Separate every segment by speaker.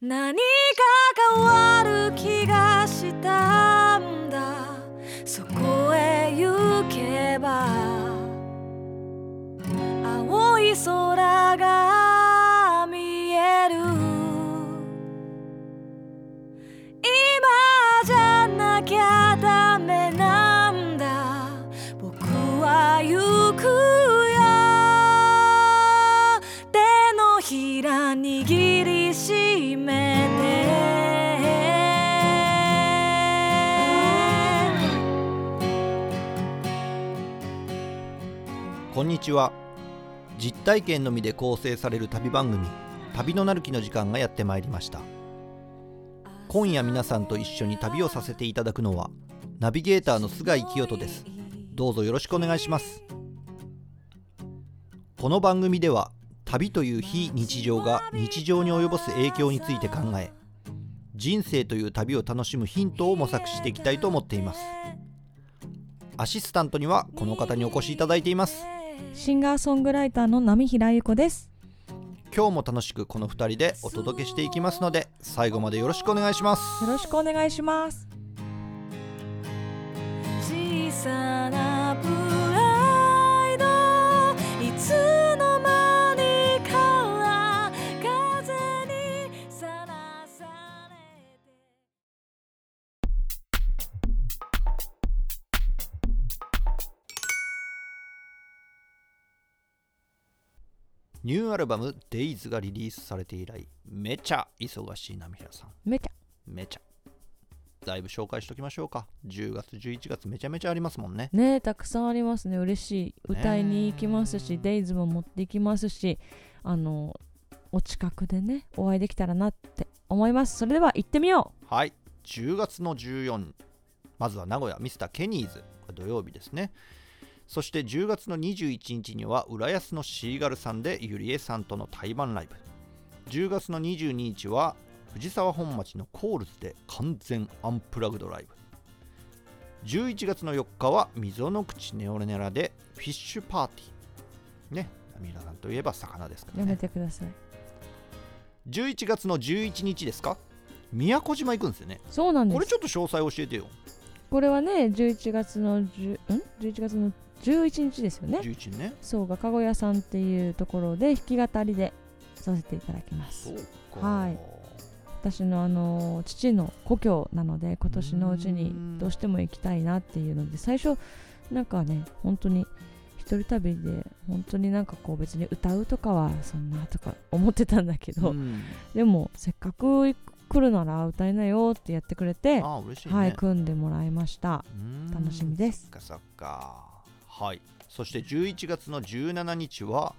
Speaker 1: 何か変わる気がしたんだそこへ行けば青い空が見える今じゃなきゃダメなんだ僕は行くよ手のひら握りしめて
Speaker 2: こんにちは実体験のみで構成される旅番組「旅のなる木」の時間がやってまいりました今夜皆さんと一緒に旅をさせていただくのはナビゲーターの菅井清人ですどうぞよろしくお願いしますこの番組では旅という非日常が日常に及ぼす影響について考え人生という旅を楽しむヒントを模索していきたいと思っていますアシスタントにはこの方にお越しいただいています
Speaker 3: シンガーソングライターの波平由子です。
Speaker 2: 今日も楽しくこの2人でお届けしていきますので最後までよろしくお願いします
Speaker 3: よろしくお願いします。
Speaker 1: 小さなプライドいつの間にか風にさらされて
Speaker 2: ニューアルバム「Days」がリリースされて以来めちゃ忙しい波平さん
Speaker 3: めちゃ
Speaker 2: めちゃだいぶ紹介しときましょうか10月11月めちゃめちゃありますもんね
Speaker 3: ねえたくさんありますね嬉しい歌いに行きますし、デイズも持ってきますしあのお近くでねお会いできたらなって思いますそれでは行ってみよ
Speaker 2: はい10月の14まずは名古屋ミスターケニーズ土曜日ですねそして10月の21日には浦安のシーガルさんでゆりえさんとの対バンライブ10月の22日は藤沢本町のコールズで完全アンプラグドライブ11月の4日は溝の口ネオレネラでフィッシュパーティーねミラさんといえば魚ですか
Speaker 3: う
Speaker 2: ら
Speaker 3: やめ
Speaker 2: ね
Speaker 3: てください
Speaker 2: 11月の11日ですか宮古島行くんですよね
Speaker 3: そうなんです
Speaker 2: これ
Speaker 3: これ
Speaker 2: ちょっと詳細教えてよ
Speaker 3: はね11月の10ん11月の11日ですよね
Speaker 2: 11ね
Speaker 3: そうがかご屋さんっていうところで弾き語りでさせていただきます
Speaker 2: そうか。
Speaker 3: はい私のあの父の故郷なので今年のうち
Speaker 2: うーん
Speaker 3: にどうしても行きたいなっていうので最初なんかね本当に一人旅で本当になんかこう別に歌うとかはそんなとか思ってたんだけど、
Speaker 2: うん
Speaker 3: でもせっかく来るなら歌いなよってやってくれて、
Speaker 2: ああ、嬉しいね。
Speaker 3: はい組んでもらいました
Speaker 2: うん
Speaker 3: 楽しみです
Speaker 2: そっかそっか。はい。そして11月の17日は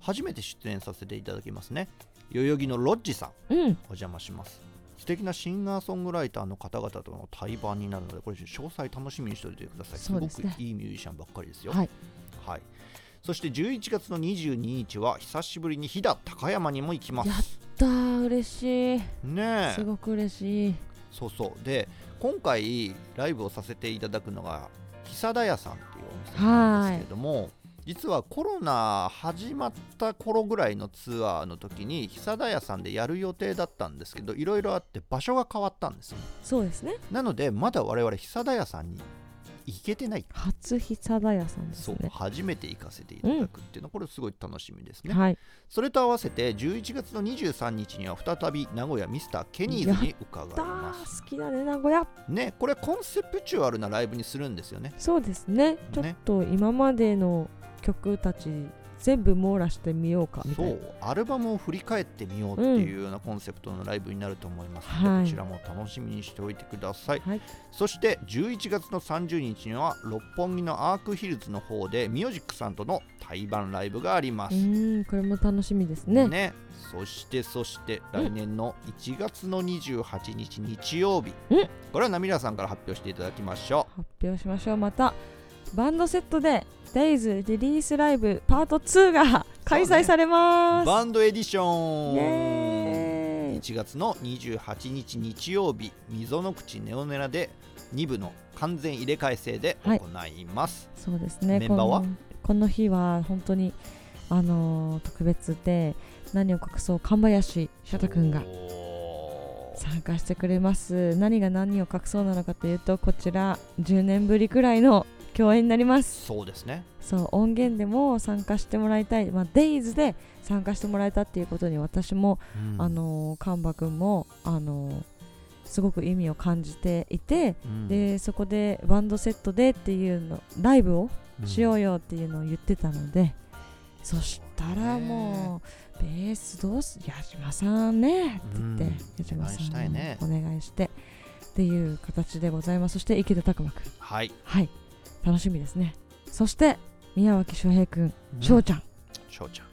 Speaker 2: 初めて出演させていただきますね。代々木のロッジさん
Speaker 3: うん
Speaker 2: お邪魔します。素敵なシンガーソングライターの方々との対バンになるので、これ詳細楽しみにしておいてください。す
Speaker 3: そう
Speaker 2: ご
Speaker 3: です
Speaker 2: く
Speaker 3: ね
Speaker 2: いいミュージシャンばっかりですよ。
Speaker 3: はい。
Speaker 2: はい。そして11月の22日は久しぶりに飛騨高山にも行きます
Speaker 3: や。だー嬉しい
Speaker 2: ねえ。
Speaker 3: すごく嬉しい
Speaker 2: そうそうで今回ライブをさせていただくのが久田屋さんっていうお店なんですけれども実はコロナ始まった頃ぐらいのツアーの時に久田屋さんでやる予定だったんですけどいろいろあって場所が変わったんですよ
Speaker 3: そうですね
Speaker 2: なのでまだ我々久田屋さんに行けてない
Speaker 3: 初久田屋さんです
Speaker 2: そう
Speaker 3: ね
Speaker 2: 初めて行かせていただくっていうのはこれすごい楽しみですね、
Speaker 3: はい
Speaker 2: それと合わせて11月の23日には再び名古屋ミスターケニーズに伺い
Speaker 3: だ
Speaker 2: ま
Speaker 3: ー
Speaker 2: す
Speaker 3: 好きだね名古屋
Speaker 2: ね、これコンセプチュアルなライブにするんですよね。
Speaker 3: そうですねちょっと今までの曲たち全部網羅してみようかみた
Speaker 2: そ
Speaker 3: いな
Speaker 2: う、アルバムを振り返ってみようっていうようなコンセプトのライブになると思いますので、
Speaker 3: はい
Speaker 2: こちらも楽しみにしておいてください。
Speaker 3: はい
Speaker 2: そして11月の30日には六本木のアークヒルズの方でミュージックさんとの対バンライブがありま
Speaker 3: う
Speaker 2: す。
Speaker 3: ーんこれも楽しみですね
Speaker 2: そしてそして来年の1月の28日日曜日、
Speaker 3: うん
Speaker 2: これはナミラさんから発表していただきましょ
Speaker 3: 発表しましょうまたバンドセットで「Days リリースライブパート2が開催され
Speaker 2: う。
Speaker 3: ます、
Speaker 2: バンドエディション
Speaker 3: イエーイ
Speaker 2: 1月の28日日曜日溝の口ネオネラで2部の完全入れ替え制で行います、
Speaker 3: そうですね
Speaker 2: メンバーは
Speaker 3: このこの日は本当にあのー特別で何を隠そう神林翔太くんが
Speaker 2: お
Speaker 3: 参加してくれます何が何を隠そうなのかというとこちら10年ぶりくらいの共演になります
Speaker 2: そうですね
Speaker 3: そう音源でも参加してもらいたい、まあ、デイズで参加してもらえたっていうことに私も、
Speaker 2: うん
Speaker 3: あのー神馬くんも、あのーすごく意味を感じていて、
Speaker 2: うん
Speaker 3: でそこでバンドセットでっていうのライブをしようよっていうのを言ってたので、そしたらもうベースどうす矢島さんねって言って、
Speaker 2: うんお
Speaker 3: 矢島
Speaker 2: 願いした
Speaker 3: さ
Speaker 2: い
Speaker 3: ん
Speaker 2: ね
Speaker 3: にお願いしてっていう形でございますそして池田拓磨くん
Speaker 2: うんはい
Speaker 3: はい楽しみですねそして宮脇翔平くん翔
Speaker 2: 翔
Speaker 3: ちゃん
Speaker 2: ちゃ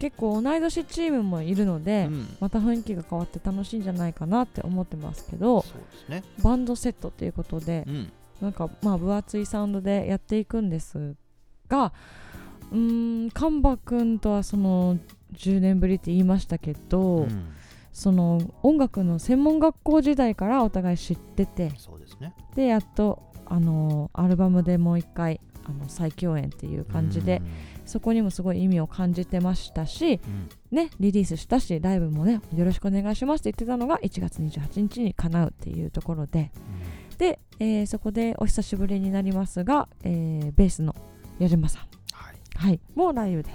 Speaker 3: 結構同い年チームもいるので、
Speaker 2: ん、
Speaker 3: また雰囲気が変わって楽しいんじゃないかなって思ってますけ
Speaker 2: そ
Speaker 3: ど
Speaker 2: うですね、
Speaker 3: バンドセットっていうことで
Speaker 2: うん、
Speaker 3: なんかまあ分厚いサウンドでやっていくんですがうーんカンバ君とはその10年ぶりって言いましたけど、
Speaker 2: うん
Speaker 3: その音楽の専門学校時代からお互い知ってて
Speaker 2: そうですね
Speaker 3: でやっとあのアルバムでもう一回あの再共演っていう感じで、そこにもすごい意味を感じてましたし
Speaker 2: うんうん
Speaker 3: ねリリースしたしライブもねよろしくお願いしますって言ってたのが1月28日に叶うっていうところでで、えーそこでお久しぶりになりますが、えーベースの矢島さん、
Speaker 2: はい
Speaker 3: はい、もうライブで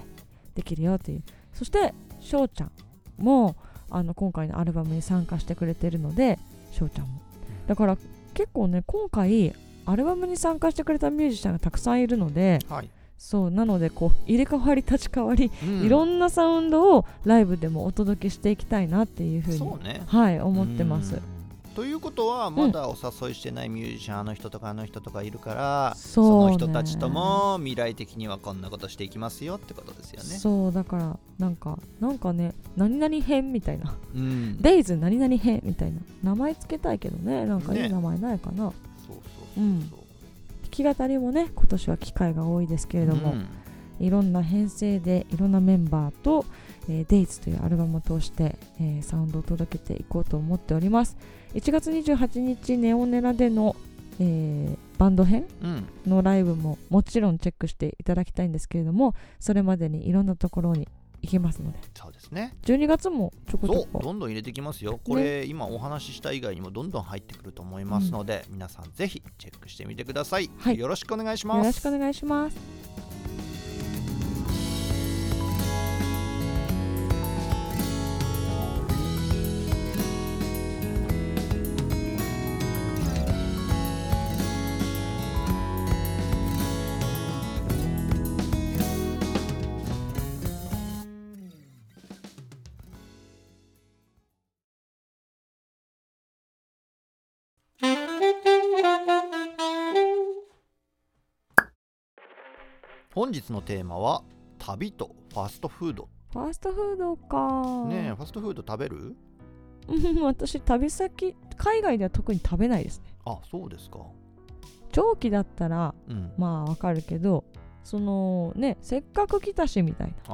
Speaker 3: できるよというそして翔ちゃんもあの今回のアルバムに参加してくれてるので翔ちゃんもだから結構ね今回アルバムに参加してくれたミュージシャンがたくさんいるので
Speaker 2: はい、
Speaker 3: そうなのでこう入れ替わり立ち替わり、
Speaker 2: う
Speaker 3: いろ
Speaker 2: なん
Speaker 3: なサウンドをライブでもお届けしていきたいなっていうふうに
Speaker 2: そうね
Speaker 3: はい思ってます
Speaker 2: うん。ということはまだお誘いしてないミュージシャン、あの人とかあの人とかいるから
Speaker 3: そ
Speaker 2: の
Speaker 3: うね
Speaker 2: 人たちとも未来的にはこんなことしていきますよってことですよね。
Speaker 3: そうだからなんかなんかね何々編みたいな
Speaker 2: うん、
Speaker 3: デイズ何々編みたいな名前つけたいけどねなんかい
Speaker 2: ね
Speaker 3: い名前ないかな、
Speaker 2: そうそう
Speaker 3: うん
Speaker 2: そう
Speaker 3: 弾き語りもね今年は機会が多いですけれど
Speaker 2: そう、
Speaker 3: も、いろんな編成でいろんなメンバーと、えー、Days というアルバムを通して、えーサウンドを届けていこうと思っております1月28日ネオネラでの、えーバンド編
Speaker 2: うんうん
Speaker 3: のライブももちろんチェックしていただきたいんですけれどもそれまでにいろんなところに行きますので
Speaker 2: そうですね
Speaker 3: 12月もちょこちょ
Speaker 2: そう
Speaker 3: こ
Speaker 2: どんどん入れていきますよこれ、今お話しした以外にもどんどん入ってくると思いますので、皆さんぜひチェックしてみてください、
Speaker 3: はい
Speaker 2: よろしくお願いします
Speaker 3: よろしくお願いします
Speaker 2: 本日のテーマは旅とファストフード
Speaker 3: ファーストフードか
Speaker 2: ねえファストフード食べる
Speaker 3: うん 私旅先海外では特に食べないですね
Speaker 2: あそうですか
Speaker 3: 長期だったら
Speaker 2: うん、
Speaker 3: まあわかるけどそのねせっかく来たしみたいな
Speaker 2: あ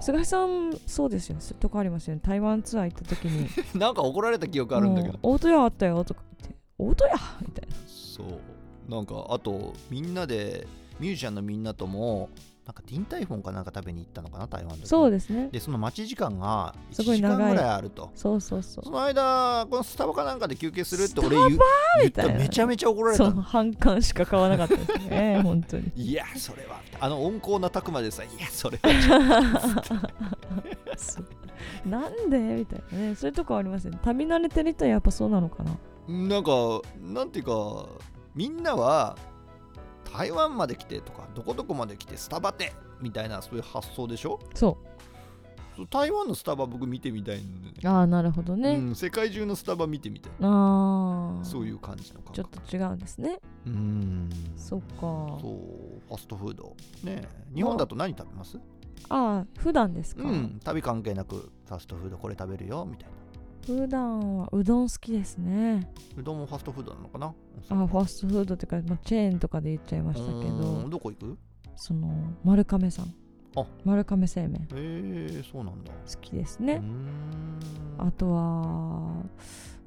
Speaker 2: ー
Speaker 3: 菅井さんそうですよねとかありますよね台湾ツアー行った 時に
Speaker 2: なんか怒られた記
Speaker 3: 「
Speaker 2: 憶あるんだけ
Speaker 3: も
Speaker 2: ど
Speaker 3: う大戸屋あったよ」とか言って「大戸屋!」みたいな
Speaker 2: そうなんかあとみんなでミュージシャンのみんなともなんかティンタイフォンかなんか食べに行ったのかな台湾で
Speaker 3: そう
Speaker 2: で
Speaker 3: ですね
Speaker 2: その待ち時間が
Speaker 3: す
Speaker 2: 1
Speaker 3: ごい
Speaker 2: 時
Speaker 3: 長い
Speaker 2: 間ぐらいあると
Speaker 3: そうそうそう
Speaker 2: その間このスタバかなんかで休憩するって俺
Speaker 3: スタバ
Speaker 2: 言う言っ
Speaker 3: みたい
Speaker 2: た
Speaker 3: な
Speaker 2: めちゃめちゃ怒られ
Speaker 3: そ
Speaker 2: た
Speaker 3: う
Speaker 2: の
Speaker 3: 反感しか買わなかったですね 本当に
Speaker 2: いやそれはあの温厚なたくまでさいやそれは ちょっと
Speaker 3: なんでみたいなねそういうとこありますよね旅慣れてる人はやっぱそうなのかな
Speaker 2: なんかなんていうかみんなは台湾まで来てとかどこどこまで来てスタバてみたいなそういう発想でしょ
Speaker 3: そ
Speaker 2: そう台湾のスタバ僕見てみたいんで
Speaker 3: うああなるほど
Speaker 2: う
Speaker 3: ね、
Speaker 2: ん、世界中のスタバ見てみたい
Speaker 3: ああ
Speaker 2: そういう感じの感
Speaker 3: ちょ
Speaker 2: 覚
Speaker 3: っと違うんですね
Speaker 2: うーん
Speaker 3: そっか
Speaker 2: そうファストフードねえ日本だと何食べます
Speaker 3: ああ普段ですか、
Speaker 2: うん旅関係なくファストフードこれ食べるよみたいな
Speaker 3: 普段はうどん好きですね
Speaker 2: うどんもファストフードなのかな
Speaker 3: あファストフードっていうか、まあ、チェーンとかで言っちゃいましたけ
Speaker 2: うー
Speaker 3: ど
Speaker 2: んどこ行く
Speaker 3: その丸亀さん
Speaker 2: あ
Speaker 3: 丸亀製麺
Speaker 2: へえそうなんだ
Speaker 3: 好きです
Speaker 2: うー
Speaker 3: ね、
Speaker 2: ん
Speaker 3: あとは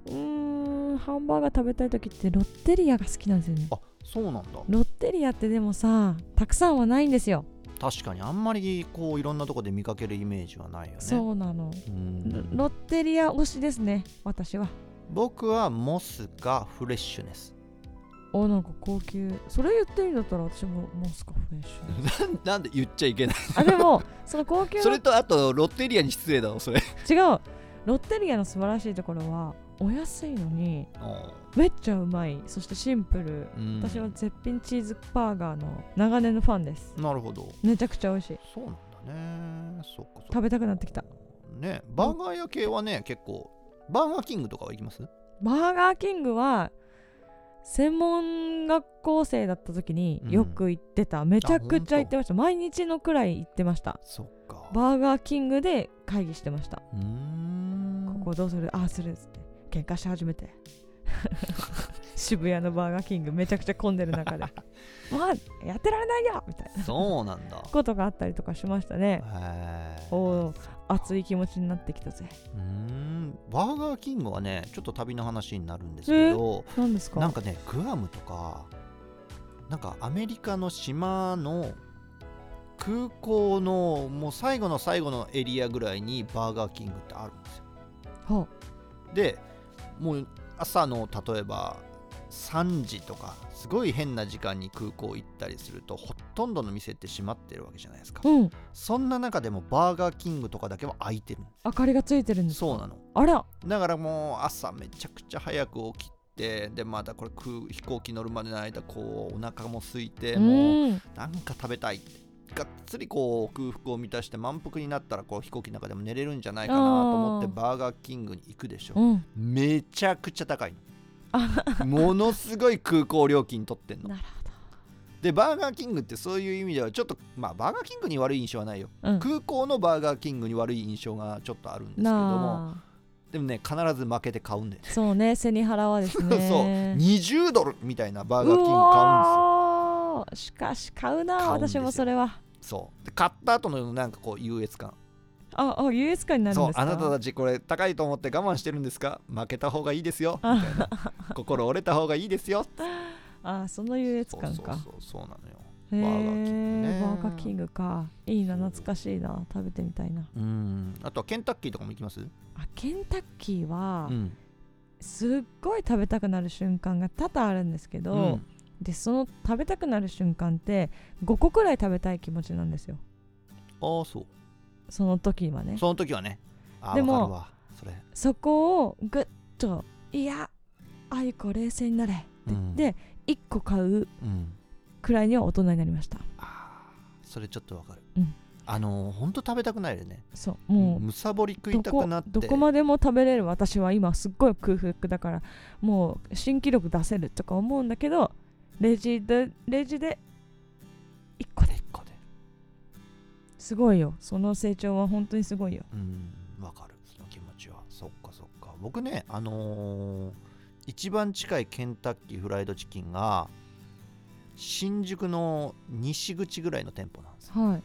Speaker 3: うーんハンバーガー食べたい時ってロッテリアが好きなんですよね
Speaker 2: あそうなんだ
Speaker 3: ロッテリアってでもさたくさんはないんですよ
Speaker 2: 確かにあんまりこういろんなとこで見かけるイメージはないよね
Speaker 3: そうなの
Speaker 2: うん
Speaker 3: ロロッテリア推しですね私は
Speaker 2: 僕はモスかフレッシュネス
Speaker 3: おなんか高級それ言ってみんだったら私もモスカフレッシュ
Speaker 2: なんで言っちゃいけない
Speaker 3: あでも その高級な
Speaker 2: それとあとロッテリアに失礼だわそれ
Speaker 3: 違うロッテリアの素晴らしいところはお安いのにめっちゃうまいそしてシンプル、
Speaker 2: うん
Speaker 3: 私は絶品チーズバーガーの長年のファンです
Speaker 2: なるほど
Speaker 3: めちゃくちゃ美味しい
Speaker 2: そうなんだねそっかそっか
Speaker 3: 食べたくなってきた
Speaker 2: ねバーガー屋系はね結構バーガーキングとかは行きます
Speaker 3: バーガーキングは専門学校生だった時によく行ってた、めちゃくちゃ行ってました毎日のくらい行ってました
Speaker 2: そっか
Speaker 3: バーガーキングで会議してました
Speaker 2: うーん
Speaker 3: ここどうするああするっつって喧嘩し始めて 渋谷のバーガーキングめちゃくちゃ混んでる 中でまあやってられないよみたいな
Speaker 2: そうなんだ
Speaker 3: ことがあったりとかしましたね
Speaker 2: へー
Speaker 3: おー熱い気持ちになってきたぜ
Speaker 2: うーんバーガーキングはねちょっと旅の話になるんですけど
Speaker 3: 何ですか
Speaker 2: なんかねグアムとかなんかアメリカの島の空港のもう最後の最後のエリアぐらいにバーガーキングってあるんですよ
Speaker 3: ほ
Speaker 2: でもう朝の例えば3時とかすごい変な時間に空港行ったりするとほとんどの店って閉まってるわけじゃないですか
Speaker 3: ううん
Speaker 2: そんな中でもバーガーキングとかだけは空いてる
Speaker 3: 明かりがついてるんです
Speaker 2: そうなの
Speaker 3: あら
Speaker 2: だからもう朝めちゃくちゃ早く起きてでまたこれ空飛行機乗るまでの間こうお腹も空いてもう
Speaker 3: うん
Speaker 2: なんか食べたいってがっつりこう空腹を満たして満腹になったらこう飛行機の中でも寝れるんじゃないかなと思って
Speaker 3: あー
Speaker 2: バーガーキングに行くでしょ
Speaker 3: うん
Speaker 2: めちゃくちゃ高い のものすごい空港料金取ってんの
Speaker 3: なる
Speaker 2: でバーガーキングってそういう意味ではちょっとまあバーガーキングに悪い印象はないよ、
Speaker 3: ほどうん
Speaker 2: 空港のバーガーキングに悪い印象がちょっとあるんですけども
Speaker 3: なあ
Speaker 2: でもね必ず負けて買うんだよね
Speaker 3: そうね背に腹はですね
Speaker 2: そう20ドルみたいなバーガーキング買うんですよ
Speaker 3: うわーしかし買うな
Speaker 2: 買うんです
Speaker 3: 私
Speaker 2: よ
Speaker 3: もそれは
Speaker 2: そうで買った後のなんかこう優越感
Speaker 3: ああ US 化になるん
Speaker 2: そう
Speaker 3: ですか
Speaker 2: あなたたちこれ高いと思って我慢してるんですか負けた方がいいですよみたい な心折れた方がいいですよ
Speaker 3: あその優越
Speaker 2: そう
Speaker 3: 感
Speaker 2: そう
Speaker 3: か
Speaker 2: そうそうなのよ
Speaker 3: へ
Speaker 2: バーガーキングね
Speaker 3: ーバーガーキングかいいな
Speaker 2: そう
Speaker 3: 懐かしいな食べてみたいな
Speaker 2: うんあとはケンタッキーとかも行きます
Speaker 3: あケンタッキーは
Speaker 2: うん
Speaker 3: すっごい食べたくなる瞬間が多々あるんですけど、
Speaker 2: うん
Speaker 3: でその食べたくなる瞬間って5個くらい食べたい気持ちなんですよ
Speaker 2: ああそう
Speaker 3: その時はね
Speaker 2: その時はねあで
Speaker 3: でも
Speaker 2: もわかるわ
Speaker 3: そこをグッといやあゆこ冷静になれって言って、1個買う
Speaker 2: それうん
Speaker 3: くらいには大人になりました
Speaker 2: あーそれちょっとわかる、
Speaker 3: うん
Speaker 2: あのーほんと食べたくないよね
Speaker 3: そうもう、
Speaker 2: むさぼり食い
Speaker 3: ど
Speaker 2: た
Speaker 3: こ
Speaker 2: くなって
Speaker 3: どこまでも食べれる私は今すっごい空腹だからもう新記録出せるとか思うんだけどレジでレジで1個で
Speaker 2: 一個です
Speaker 3: ごいよその成長は本当にすごいよ
Speaker 2: うんわかるその気持ちはそっかそっか僕ねあのー一番近いケンタッキーフライドチキンが新宿の西口ぐらいの店舗なんですよ
Speaker 3: はい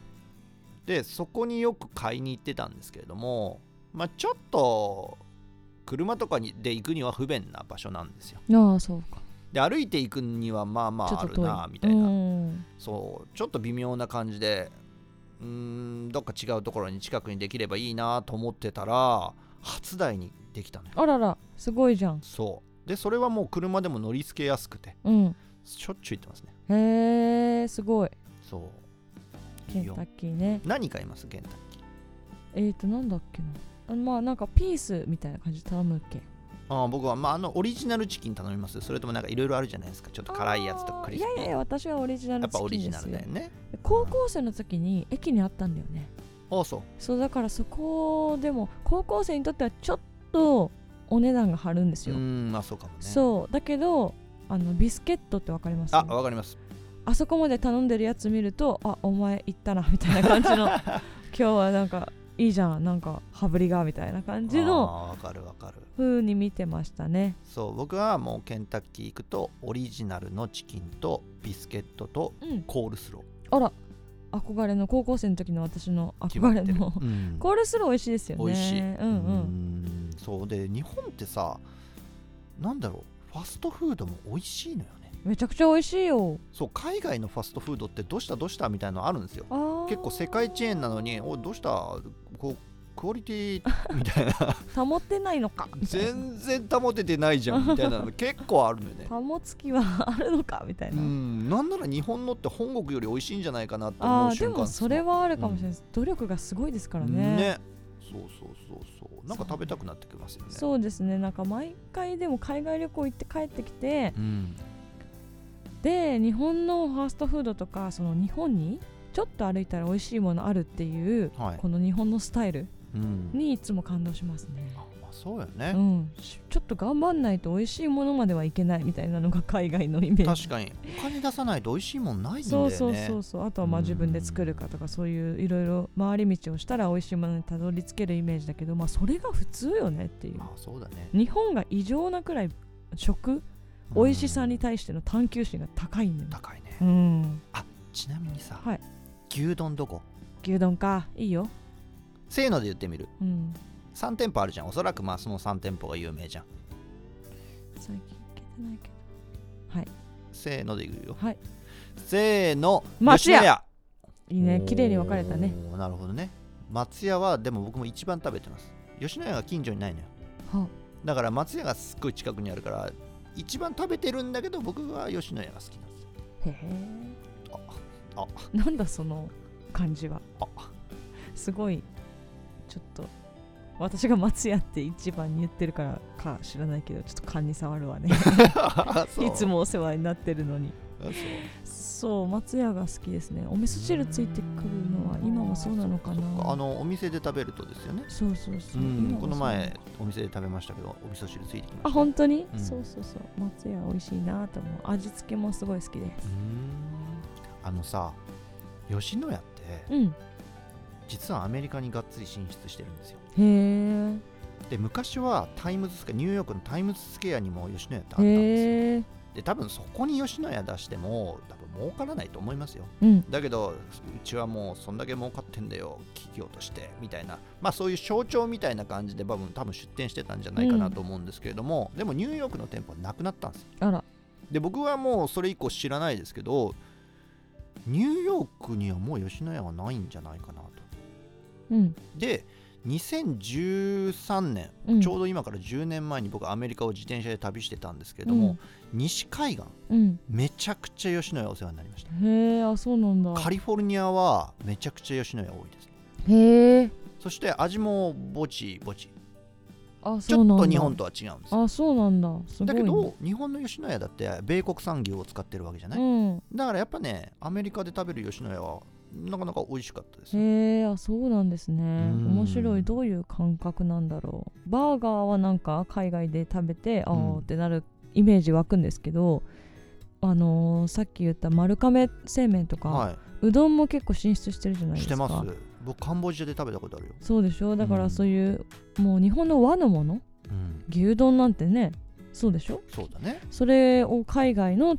Speaker 2: でそこによく買いに行ってたんですけれどもまあちょっと車とかにで行くには不便な場所なんですよ
Speaker 3: ああそうか
Speaker 2: で歩いていくにはまあま
Speaker 3: ちょ
Speaker 2: あ
Speaker 3: っ
Speaker 2: あ
Speaker 3: と
Speaker 2: る
Speaker 3: 遠い
Speaker 2: なみたいな、
Speaker 3: うん
Speaker 2: そうちょっと微妙な感じでうーんどっか違うところに近くにできればいいなと思ってたら初台にできたのよ
Speaker 3: あららすごいじゃん
Speaker 2: そうでそれはもう車でも乗り付けやすくて
Speaker 3: うん
Speaker 2: しょっちゅう行ってますね
Speaker 3: へえすごい
Speaker 2: そう
Speaker 3: ケンタッキーね
Speaker 2: 何買いますケンタッキー
Speaker 3: えっ、ー、となんだっけなあまあなんかピースみたいな感じで頼むっけ
Speaker 2: あー僕は、まあ、あのオリジナルチキン頼みますそれともなんかいろいろあるじゃないですかちょっと辛いやつとかクリスピー
Speaker 3: あーいやいや私はオリジナ
Speaker 2: や
Speaker 3: ル
Speaker 2: っぱ
Speaker 3: チ
Speaker 2: オリ
Speaker 3: キン
Speaker 2: ジ
Speaker 3: で
Speaker 2: ナ
Speaker 3: す
Speaker 2: ル
Speaker 3: よ
Speaker 2: だよね
Speaker 3: 高校生の時に駅にあったんだよね
Speaker 2: ああそう
Speaker 3: そうだからそこでも高校生にとってはちょっとお値段が張るんです
Speaker 2: うー
Speaker 3: よ、
Speaker 2: んまあそうかもね
Speaker 3: そうだけどあのビスケットってわかります
Speaker 2: あわかります
Speaker 3: あそこまで頼んでるやつ見るとあお前行ったなみたいな感じ の今日はなんかいいじゃんなんか羽振りがみたいな感じの
Speaker 2: あーわかるわかる
Speaker 3: 風に見てましたね
Speaker 2: そう僕はもうケンタッキー行くとオリジナルのチキンとビスケットと
Speaker 3: うん
Speaker 2: コールスロ
Speaker 3: あら憧れの高校生の時の私の
Speaker 2: ー決まっ
Speaker 3: 憧
Speaker 2: て
Speaker 3: れ
Speaker 2: る
Speaker 3: の
Speaker 2: うん
Speaker 3: コールスロー美味しいですよね
Speaker 2: 美味しい、
Speaker 3: うんう
Speaker 2: うんんそうで日本ってさなんだろうファストフードも美味しいのよね
Speaker 3: めちゃくちゃ美味しいよ
Speaker 2: そう海外のファストフードってどうしたどうしたみたいなのあるんですよ
Speaker 3: あー
Speaker 2: 結構世界チェーンなのにおいどうしたこうクオリティみたい な
Speaker 3: 保てないのかみたいな
Speaker 2: 全然保ててないじゃんみたい なの結構あるんだよね
Speaker 3: 保つ気はあるのかみたいうな、
Speaker 2: んなんなら日本のって本国より美味しいんじゃないかなって思
Speaker 3: あ
Speaker 2: う
Speaker 3: ーで
Speaker 2: 瞬間
Speaker 3: もそれ
Speaker 2: は
Speaker 3: はあるかもしれないです、努力がすごいですからね
Speaker 2: ねそうそうそうそうなんか食べたくなってきますよね
Speaker 3: そうですねなんか毎回でも海外旅行行って帰ってきて
Speaker 2: うん
Speaker 3: で日本のファーストフードとかその日本にちょっと歩いたら美味しいものあるっていう
Speaker 2: はい
Speaker 3: この日本のスタイル
Speaker 2: うん
Speaker 3: にいつも感動しますね
Speaker 2: あ、まあそうよ
Speaker 3: う
Speaker 2: ね
Speaker 3: ん、しちょっと頑張んないと美味しいものまではいけないみたいなのが海外のイメー
Speaker 2: 確
Speaker 3: ジ
Speaker 2: かにお金出さないと美味しいもんないんだよ
Speaker 3: そう
Speaker 2: ね
Speaker 3: そうそうそうあとはまあ
Speaker 2: うん
Speaker 3: 自分で作るかとかそういういろいろ回り道をしたら美味しいものにたどり着けるイメージだけどまあそれが普通よねっていう
Speaker 2: まあそうだね
Speaker 3: 日本が異常なくらい食美味しさに対しての探求心が高いんだ
Speaker 2: うん
Speaker 3: よ、
Speaker 2: 高いね
Speaker 3: うん、
Speaker 2: ちなみにさ、
Speaker 3: はい
Speaker 2: 牛丼どこ
Speaker 3: 牛丼かいいよ、
Speaker 2: せーので言ってみる
Speaker 3: うん、
Speaker 2: 3店舗あるじゃんおそらくまあその3店舗が有名じゃん
Speaker 3: 最近行けてないけど
Speaker 2: せーので言うよ
Speaker 3: はい
Speaker 2: せーの
Speaker 3: 松
Speaker 2: 吉
Speaker 3: 屋
Speaker 2: 野家
Speaker 3: いいね綺麗に分かれたね
Speaker 2: おーなるほどね松屋はでも僕も一番食べてます吉野家が近所にないのよ
Speaker 3: は
Speaker 2: だから松屋がすっごい近くにあるから一番食べてるんだけど僕は吉野家が好きなんです よ
Speaker 3: へえ
Speaker 2: ああ
Speaker 3: なんだその感じは
Speaker 2: あ
Speaker 3: すごいちょっと私が松屋って一番に言ってるからか知らないけどちょっと勘に触るわね
Speaker 2: そう
Speaker 3: いつもお世話になってるのに
Speaker 2: あそう
Speaker 3: そう松屋が好きですねお味噌汁ついてくるのは今もそうなのかな
Speaker 2: そっあのお店で食べるとですよね
Speaker 3: そうそうそうう、
Speaker 2: ん
Speaker 3: 今も
Speaker 2: この
Speaker 3: そうな
Speaker 2: 前お店で食べましたけどお味噌汁ついてきました
Speaker 3: あ本当に、
Speaker 2: うん
Speaker 3: そうそうそう松屋美味しいなと思う味付けもすごい好きで
Speaker 2: うーんあのさ吉野家って
Speaker 3: うん
Speaker 2: 実はアメリカにがっつり進出してるんですよ
Speaker 3: へ
Speaker 2: で昔はタイムズスケアニューヨークのタイムズスケアにも吉野家ってあったん
Speaker 3: え
Speaker 2: ですよ
Speaker 3: へえ
Speaker 2: で多分そこに吉野家出しても多分儲からないと思いますよ
Speaker 3: うん
Speaker 2: だけどうちはもうそんだけ儲かってんだよ企業としてみたいなまあそういう象徴みたいな感じで多分多分出店してたんじゃないかなと思うんですけれども、でもニューヨークの店舗はなくなったんですよ
Speaker 3: あら
Speaker 2: で僕はもうそれ以降知らないですけどニューヨークにはもう吉野家はないんじゃないかなと
Speaker 3: うん、
Speaker 2: で2013年
Speaker 3: うん、
Speaker 2: ちょ
Speaker 3: う
Speaker 2: うど今から10年前に僕アメリカを自転車で旅してたんですけれども、西海岸
Speaker 3: どうん、
Speaker 2: めちゃくちゃ吉野家お世話になりました
Speaker 3: へえあそうなんだ
Speaker 2: カリフォルニアはめちゃくちゃ吉野家多いです
Speaker 3: へえ
Speaker 2: そして味もぼちぼち
Speaker 3: あ
Speaker 2: ち
Speaker 3: そ
Speaker 2: ょ
Speaker 3: う
Speaker 2: っ
Speaker 3: なんだ
Speaker 2: と日本とは違うんですよ
Speaker 3: あそうなんだすごい
Speaker 2: だ
Speaker 3: ね
Speaker 2: けど日本の吉野家だって米国産牛を使ってるわけじゃない、
Speaker 3: うん
Speaker 2: だからやっぱねアメリカで食べる吉野家はなかなか美味しかったですね
Speaker 3: へえあそうなんですね
Speaker 2: ん
Speaker 3: 面白いどういう感覚なんだろうバーガーはなんか海外で食べてあ
Speaker 2: うん
Speaker 3: ーってなるイメージ湧くんですけど、あのーさっき言った丸亀製麺とか、
Speaker 2: は
Speaker 3: うどんも結構進出してるじゃない
Speaker 2: い
Speaker 3: で
Speaker 2: し
Speaker 3: すか
Speaker 2: てます僕カンボジアで食べたことあるよ、
Speaker 3: そうでしょだか
Speaker 2: うん
Speaker 3: らそういう、もう日本の和のもの
Speaker 2: うん、
Speaker 3: 牛丼なんてねそうでしょ
Speaker 2: そうだね
Speaker 3: それを海外の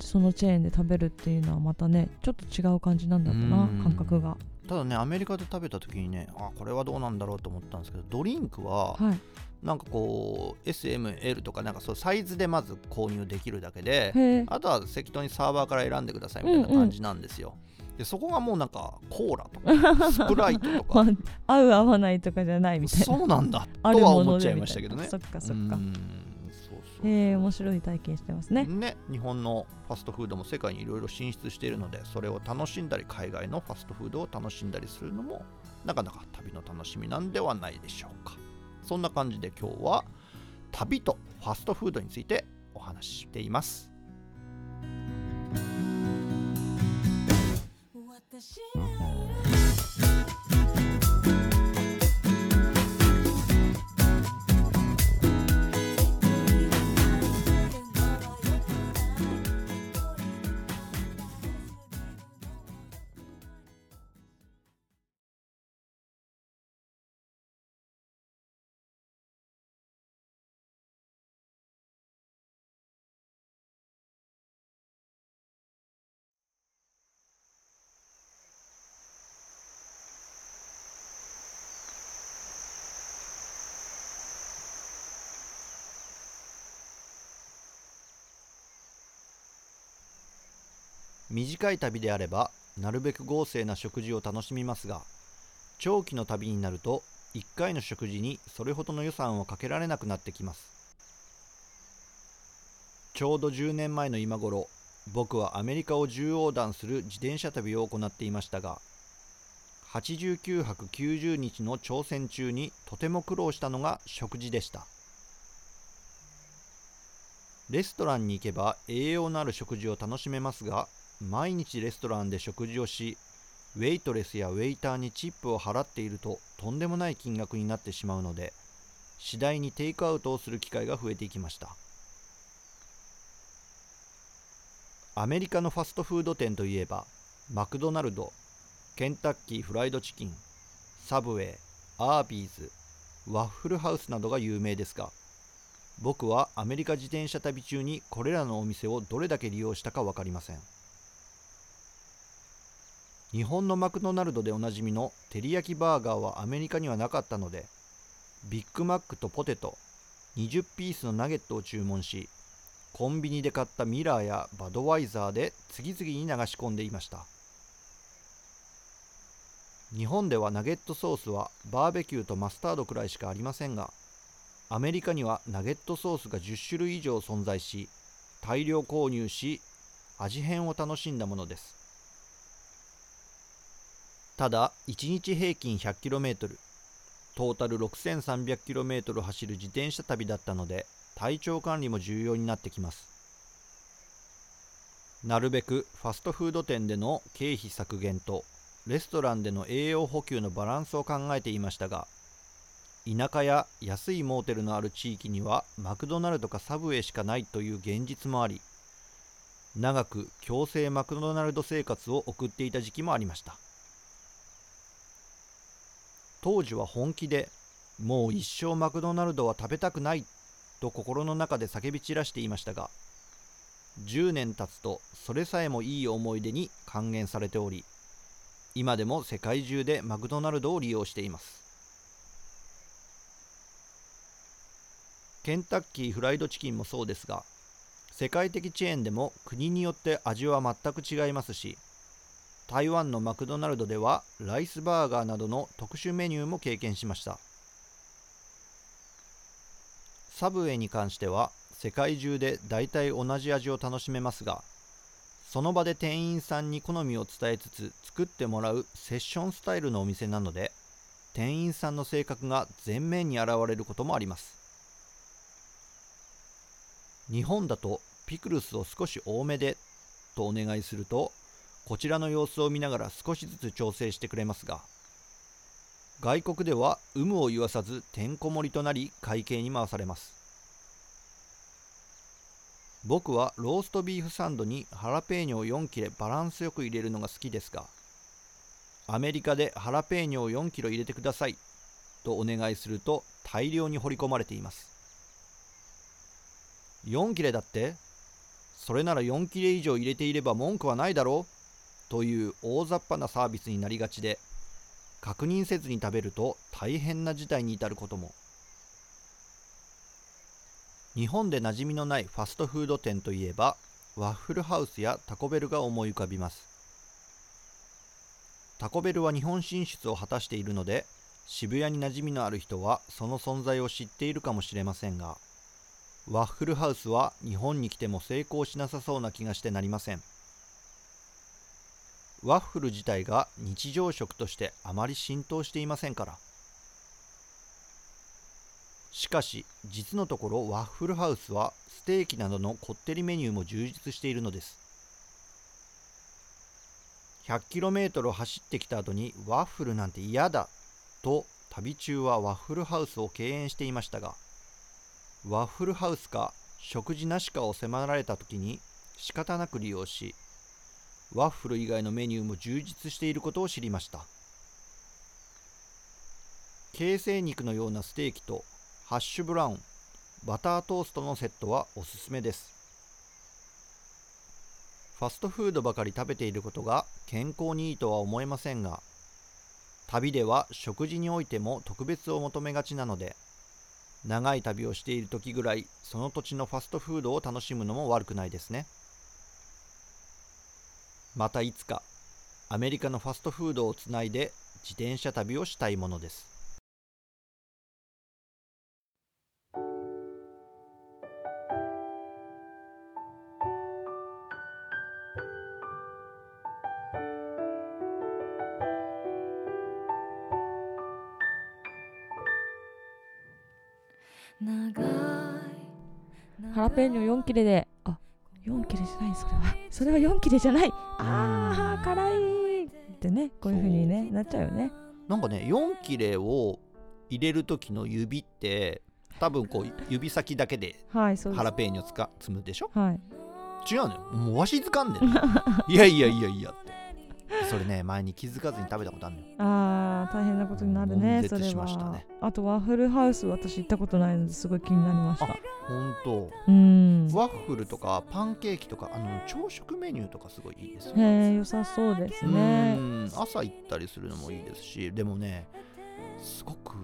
Speaker 3: そのチェーンで食べるっていうのはまたねちょっと違う感じなんだろうな
Speaker 2: うん
Speaker 3: 感覚が
Speaker 2: ただねアメリカで食べた時にねあこれはどうなんだろうと思ったんですけどドリンクは
Speaker 3: はい
Speaker 2: なんかこう SML とかなんかそうサイズでまず購入できるだけで
Speaker 3: へえ
Speaker 2: あとは適当にサーバーから選んでくださいみたいな感じなんですよ。でそこがもうなんかコーラとかスプライ トとか
Speaker 3: まあ合う合わないとかじゃないみたいな
Speaker 2: そうなんだ
Speaker 3: あ
Speaker 2: と
Speaker 3: る
Speaker 2: は
Speaker 3: も
Speaker 2: 思
Speaker 3: の
Speaker 2: っ
Speaker 3: で
Speaker 2: ちゃい
Speaker 3: み
Speaker 2: ま
Speaker 3: た
Speaker 2: し
Speaker 3: い
Speaker 2: たけど
Speaker 3: な
Speaker 2: ね
Speaker 3: そ。っかそっ
Speaker 2: うー
Speaker 3: か
Speaker 2: んそうそうそう
Speaker 3: へえ面白い体験してますね
Speaker 2: ね、日本のファストフードも世界にいろいろ進出しているのでそれを楽しんだり海外のファストフードを楽しんだりするのもなかなか旅の楽しみなんではないでしょうかそんな感じで今日は旅とファストフードについてお話ししています
Speaker 1: 私がいる
Speaker 2: 短い旅であればなるべく豪勢な食事を楽しみますが長期の旅になると1回の食事にそれほどの予算をかけられなくなってきますちょうど10年前の今頃僕はアメリカを縦横断する自転車旅を行っていましたが89泊90日の挑戦中にとても苦労したのが食事でしたレストランに行けば栄養のある食事を楽しめますが毎日レストランで食事をしウェイトレスやウェイターにチップを払っているととんでもない金額になってしまうので次第にテイクアウトをする機会が増えていきましたアメリカのファストフード店といえばマクドナルドケンタッキーフライドチキンサブウェイアービーズワッフルハウスなどが有名ですが僕はアメリカ自転車旅中にこれらのお店をどれだけ利用したか分かりません日本のマクドナルドでおなじみの照り焼きバーガーはアメリカにはなかったのでビッグマックとポテト20ピースのナゲットを注文しコンビニで買ったミラーやバドワイザーで次々に流し込んでいました日本ではナゲットソースはバーベキューとマスタードくらいしかありませんがアメリカにはナゲットソースが10種類以上存在し大量購入し味変を楽しんだものですただ1日平均 100km トータル 6300km 走る自転車旅だったので体調管理も重要になってきますなるべくファストフード店での経費削減とレストランでの栄養補給のバランスを考えていましたが田舎や安いモーテルのある地域にはマクドナルドかサブウェイしかないという現実もあり長く強制マクドナルド生活を送っていた時期もありました当時は本気でもう一生マクドナルドは食べたくないと心の中で叫び散らしていましたが10年経つとそれさえもいい思い出に還元されており今でも世界中でマクドナルドを利用していますケンタッキーフライドチキンもそうですが世界的チェーンでも国によって味は全く違いますし台湾のマクドナルドではライスバーガーなどの特殊メニューも経験しましたサブウェイに関しては世界中で大体同じ味を楽しめますがその場で店員さんに好みを伝えつつ作ってもらうセッションスタイルのお店なので店員さんの性格が前面に現れることもあります日本だとピクルスを少し多めでとお願いするとこちらの様子を見ながら少しずつ調整してくれますが外国では有無を言わさずてんこ盛りとなり会計に回されます僕はローストビーフサンドにハラペーニョを4切れバランスよく入れるのが好きですがアメリカでハラペーニョを4キロ入れてくださいとお願いすると大量に掘り込まれています4切れだってそれなら4切れ以上入れていれば文句はないだろうという大雑把なサービスになりがちで確認せずに食べると大変な事態に至ることも日本で馴染みのないファストフード店といえばワッフルハウスやタコベルが思い浮かびますタコベルは日本進出を果たしているので渋谷に馴染みのある人はその存在を知っているかもしれませんがワッフルハウスは日本に来ても成功しなさそうな気がしてなりませんワッフル自体が日常食としてあまり浸透していませんからしかし実のところワッフルハウスはステーキなどのこってりメニューも充実しているのです 100km 走ってきた後にワッフルなんて嫌だと旅中はワッフルハウスを敬遠していましたがワッフルハウスか食事なしかを迫られた時に仕方なく利用しワッフル以外のメニューも充実していることを知りました形成肉のようなステーキとハッシュブラウンバタートーストのセットはおすすめですファストフードばかり食べていることが健康にいいとは思えませんが旅では食事においても特別を求めがちなので長い旅をしている時ぐらいその土地のファストフードを楽しむのも悪くないですねまたいつかアメリカのファストフードをつないで自転車旅をしたいものです
Speaker 1: 長い
Speaker 3: ハラペーニョ4切れであ4切れじゃないそれはそれは4切れじゃないあー辛いってねこういう風にねなっちゃうよね
Speaker 2: なんかね4切れを入れる時の指って多分こう指先だけで
Speaker 3: はいそうで
Speaker 2: ハ
Speaker 3: す
Speaker 2: ラペーニョつか積むでしょ
Speaker 3: はい
Speaker 2: 違うのよもうわしづかんでんのいやいやいやいやってそれね前に気づかずに食べたことあるのよ
Speaker 3: あー大変なことになる
Speaker 2: もん
Speaker 3: ね
Speaker 2: 絶
Speaker 3: それ
Speaker 2: しました
Speaker 3: は
Speaker 2: ね
Speaker 3: あとワッフルハウス私行ったことないのですごい気になりました
Speaker 2: ほん
Speaker 3: うん
Speaker 2: とワッフルとかパンケーキとかあの朝食メニューとかすごいいいですよ
Speaker 3: へえ良さそうです
Speaker 2: う
Speaker 3: ね
Speaker 2: ん朝行ったりするのもいいですしでもねすごく不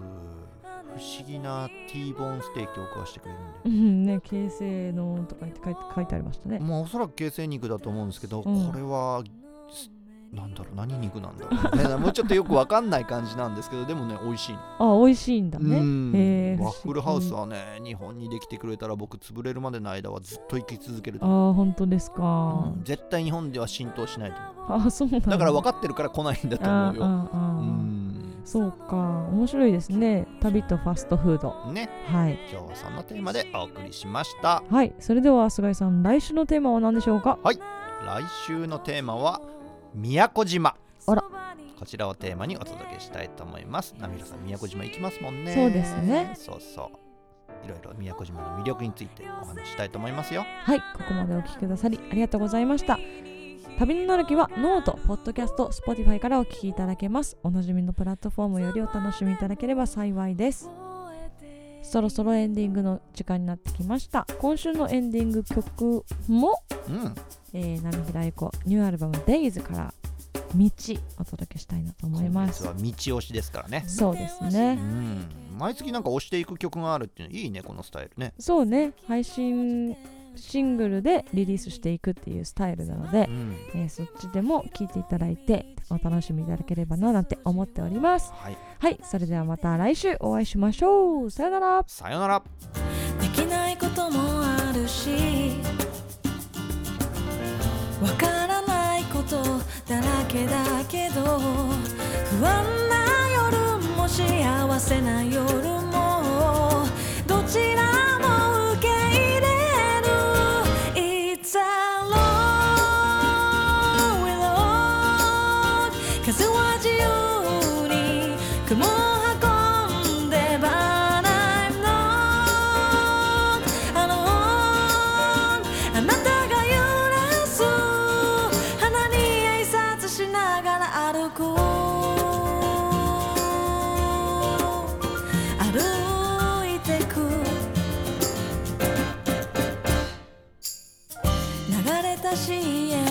Speaker 2: 思議なティーボーンステーキを食わしてくれるんで
Speaker 3: うん ね形成のとか言って書いて書いてありましたね
Speaker 2: まあおそらく形成肉だと思うんですけど、
Speaker 3: うん
Speaker 2: これはすなんだろう何肉なんだろう、 ね、もうちょっとよくわかんない感じなんですけどでもね美味しいの、
Speaker 3: あ美味しいんだ
Speaker 2: う
Speaker 3: ね
Speaker 2: ん
Speaker 3: へー
Speaker 2: ワッフルハウスはね日本にできてくれたら僕潰れるまでの間はずっと行き続ける
Speaker 3: あ
Speaker 2: と思う
Speaker 3: ー本当ですか
Speaker 2: うん絶対日本では浸透しないと思
Speaker 3: あそうなん
Speaker 2: うだから分
Speaker 3: か
Speaker 2: かってるから来ないんだと
Speaker 3: あ
Speaker 2: 思
Speaker 3: ー
Speaker 2: うよ
Speaker 3: あーあ
Speaker 2: う
Speaker 3: ー
Speaker 2: ん
Speaker 3: そうか面白いですね旅とファストフード
Speaker 2: ね
Speaker 3: はい
Speaker 2: 今日はそんなテーマでお送りしました
Speaker 3: はいそれでは菅井さん来週のテーマは何でしょうか
Speaker 2: 来週のテーマは宮古島
Speaker 3: あら
Speaker 2: こちらをテーマにお届けしたいと思いますナミラさん宮古島行きますもんね
Speaker 3: そうですね
Speaker 2: そうそういろいろ宮古島の魅力についてお話ししたいと思いますよ
Speaker 3: はいここまでお聞きくださりありがとうございました旅のなるきはノート、ポッドキャスト、Spotify からお聞きいただけますおなじみのプラットフォームよりお楽しみいただければ幸いですそろそろエンディングの時間になってきました今週のエンディング曲も、
Speaker 2: うん
Speaker 3: えー、波平子ニューアルバム Days から道お届けしたいなと思います
Speaker 2: 今月は道押しですからね
Speaker 3: そうです
Speaker 2: う
Speaker 3: ね
Speaker 2: ん毎月なんか押していく曲があるっていうのいいねこのスタイルね
Speaker 3: そうね配信シングルでリリースしていくっていうスタイルなので
Speaker 2: う、ん
Speaker 3: えーそっちでも聴いていただいてお楽しみいただければななんて思っております
Speaker 2: はい
Speaker 3: はいそれではまた来週お会いしましょうさよなら
Speaker 2: さよなら
Speaker 1: できないこともあるしわからないことだらけだけど不安な夜も幸せな夜もどちらも受け入れる It's a lonely road 風は自由に雲を運んで But I'm not alone あなたが揺らす花に挨拶しながら歩こう歩いてく流れた CM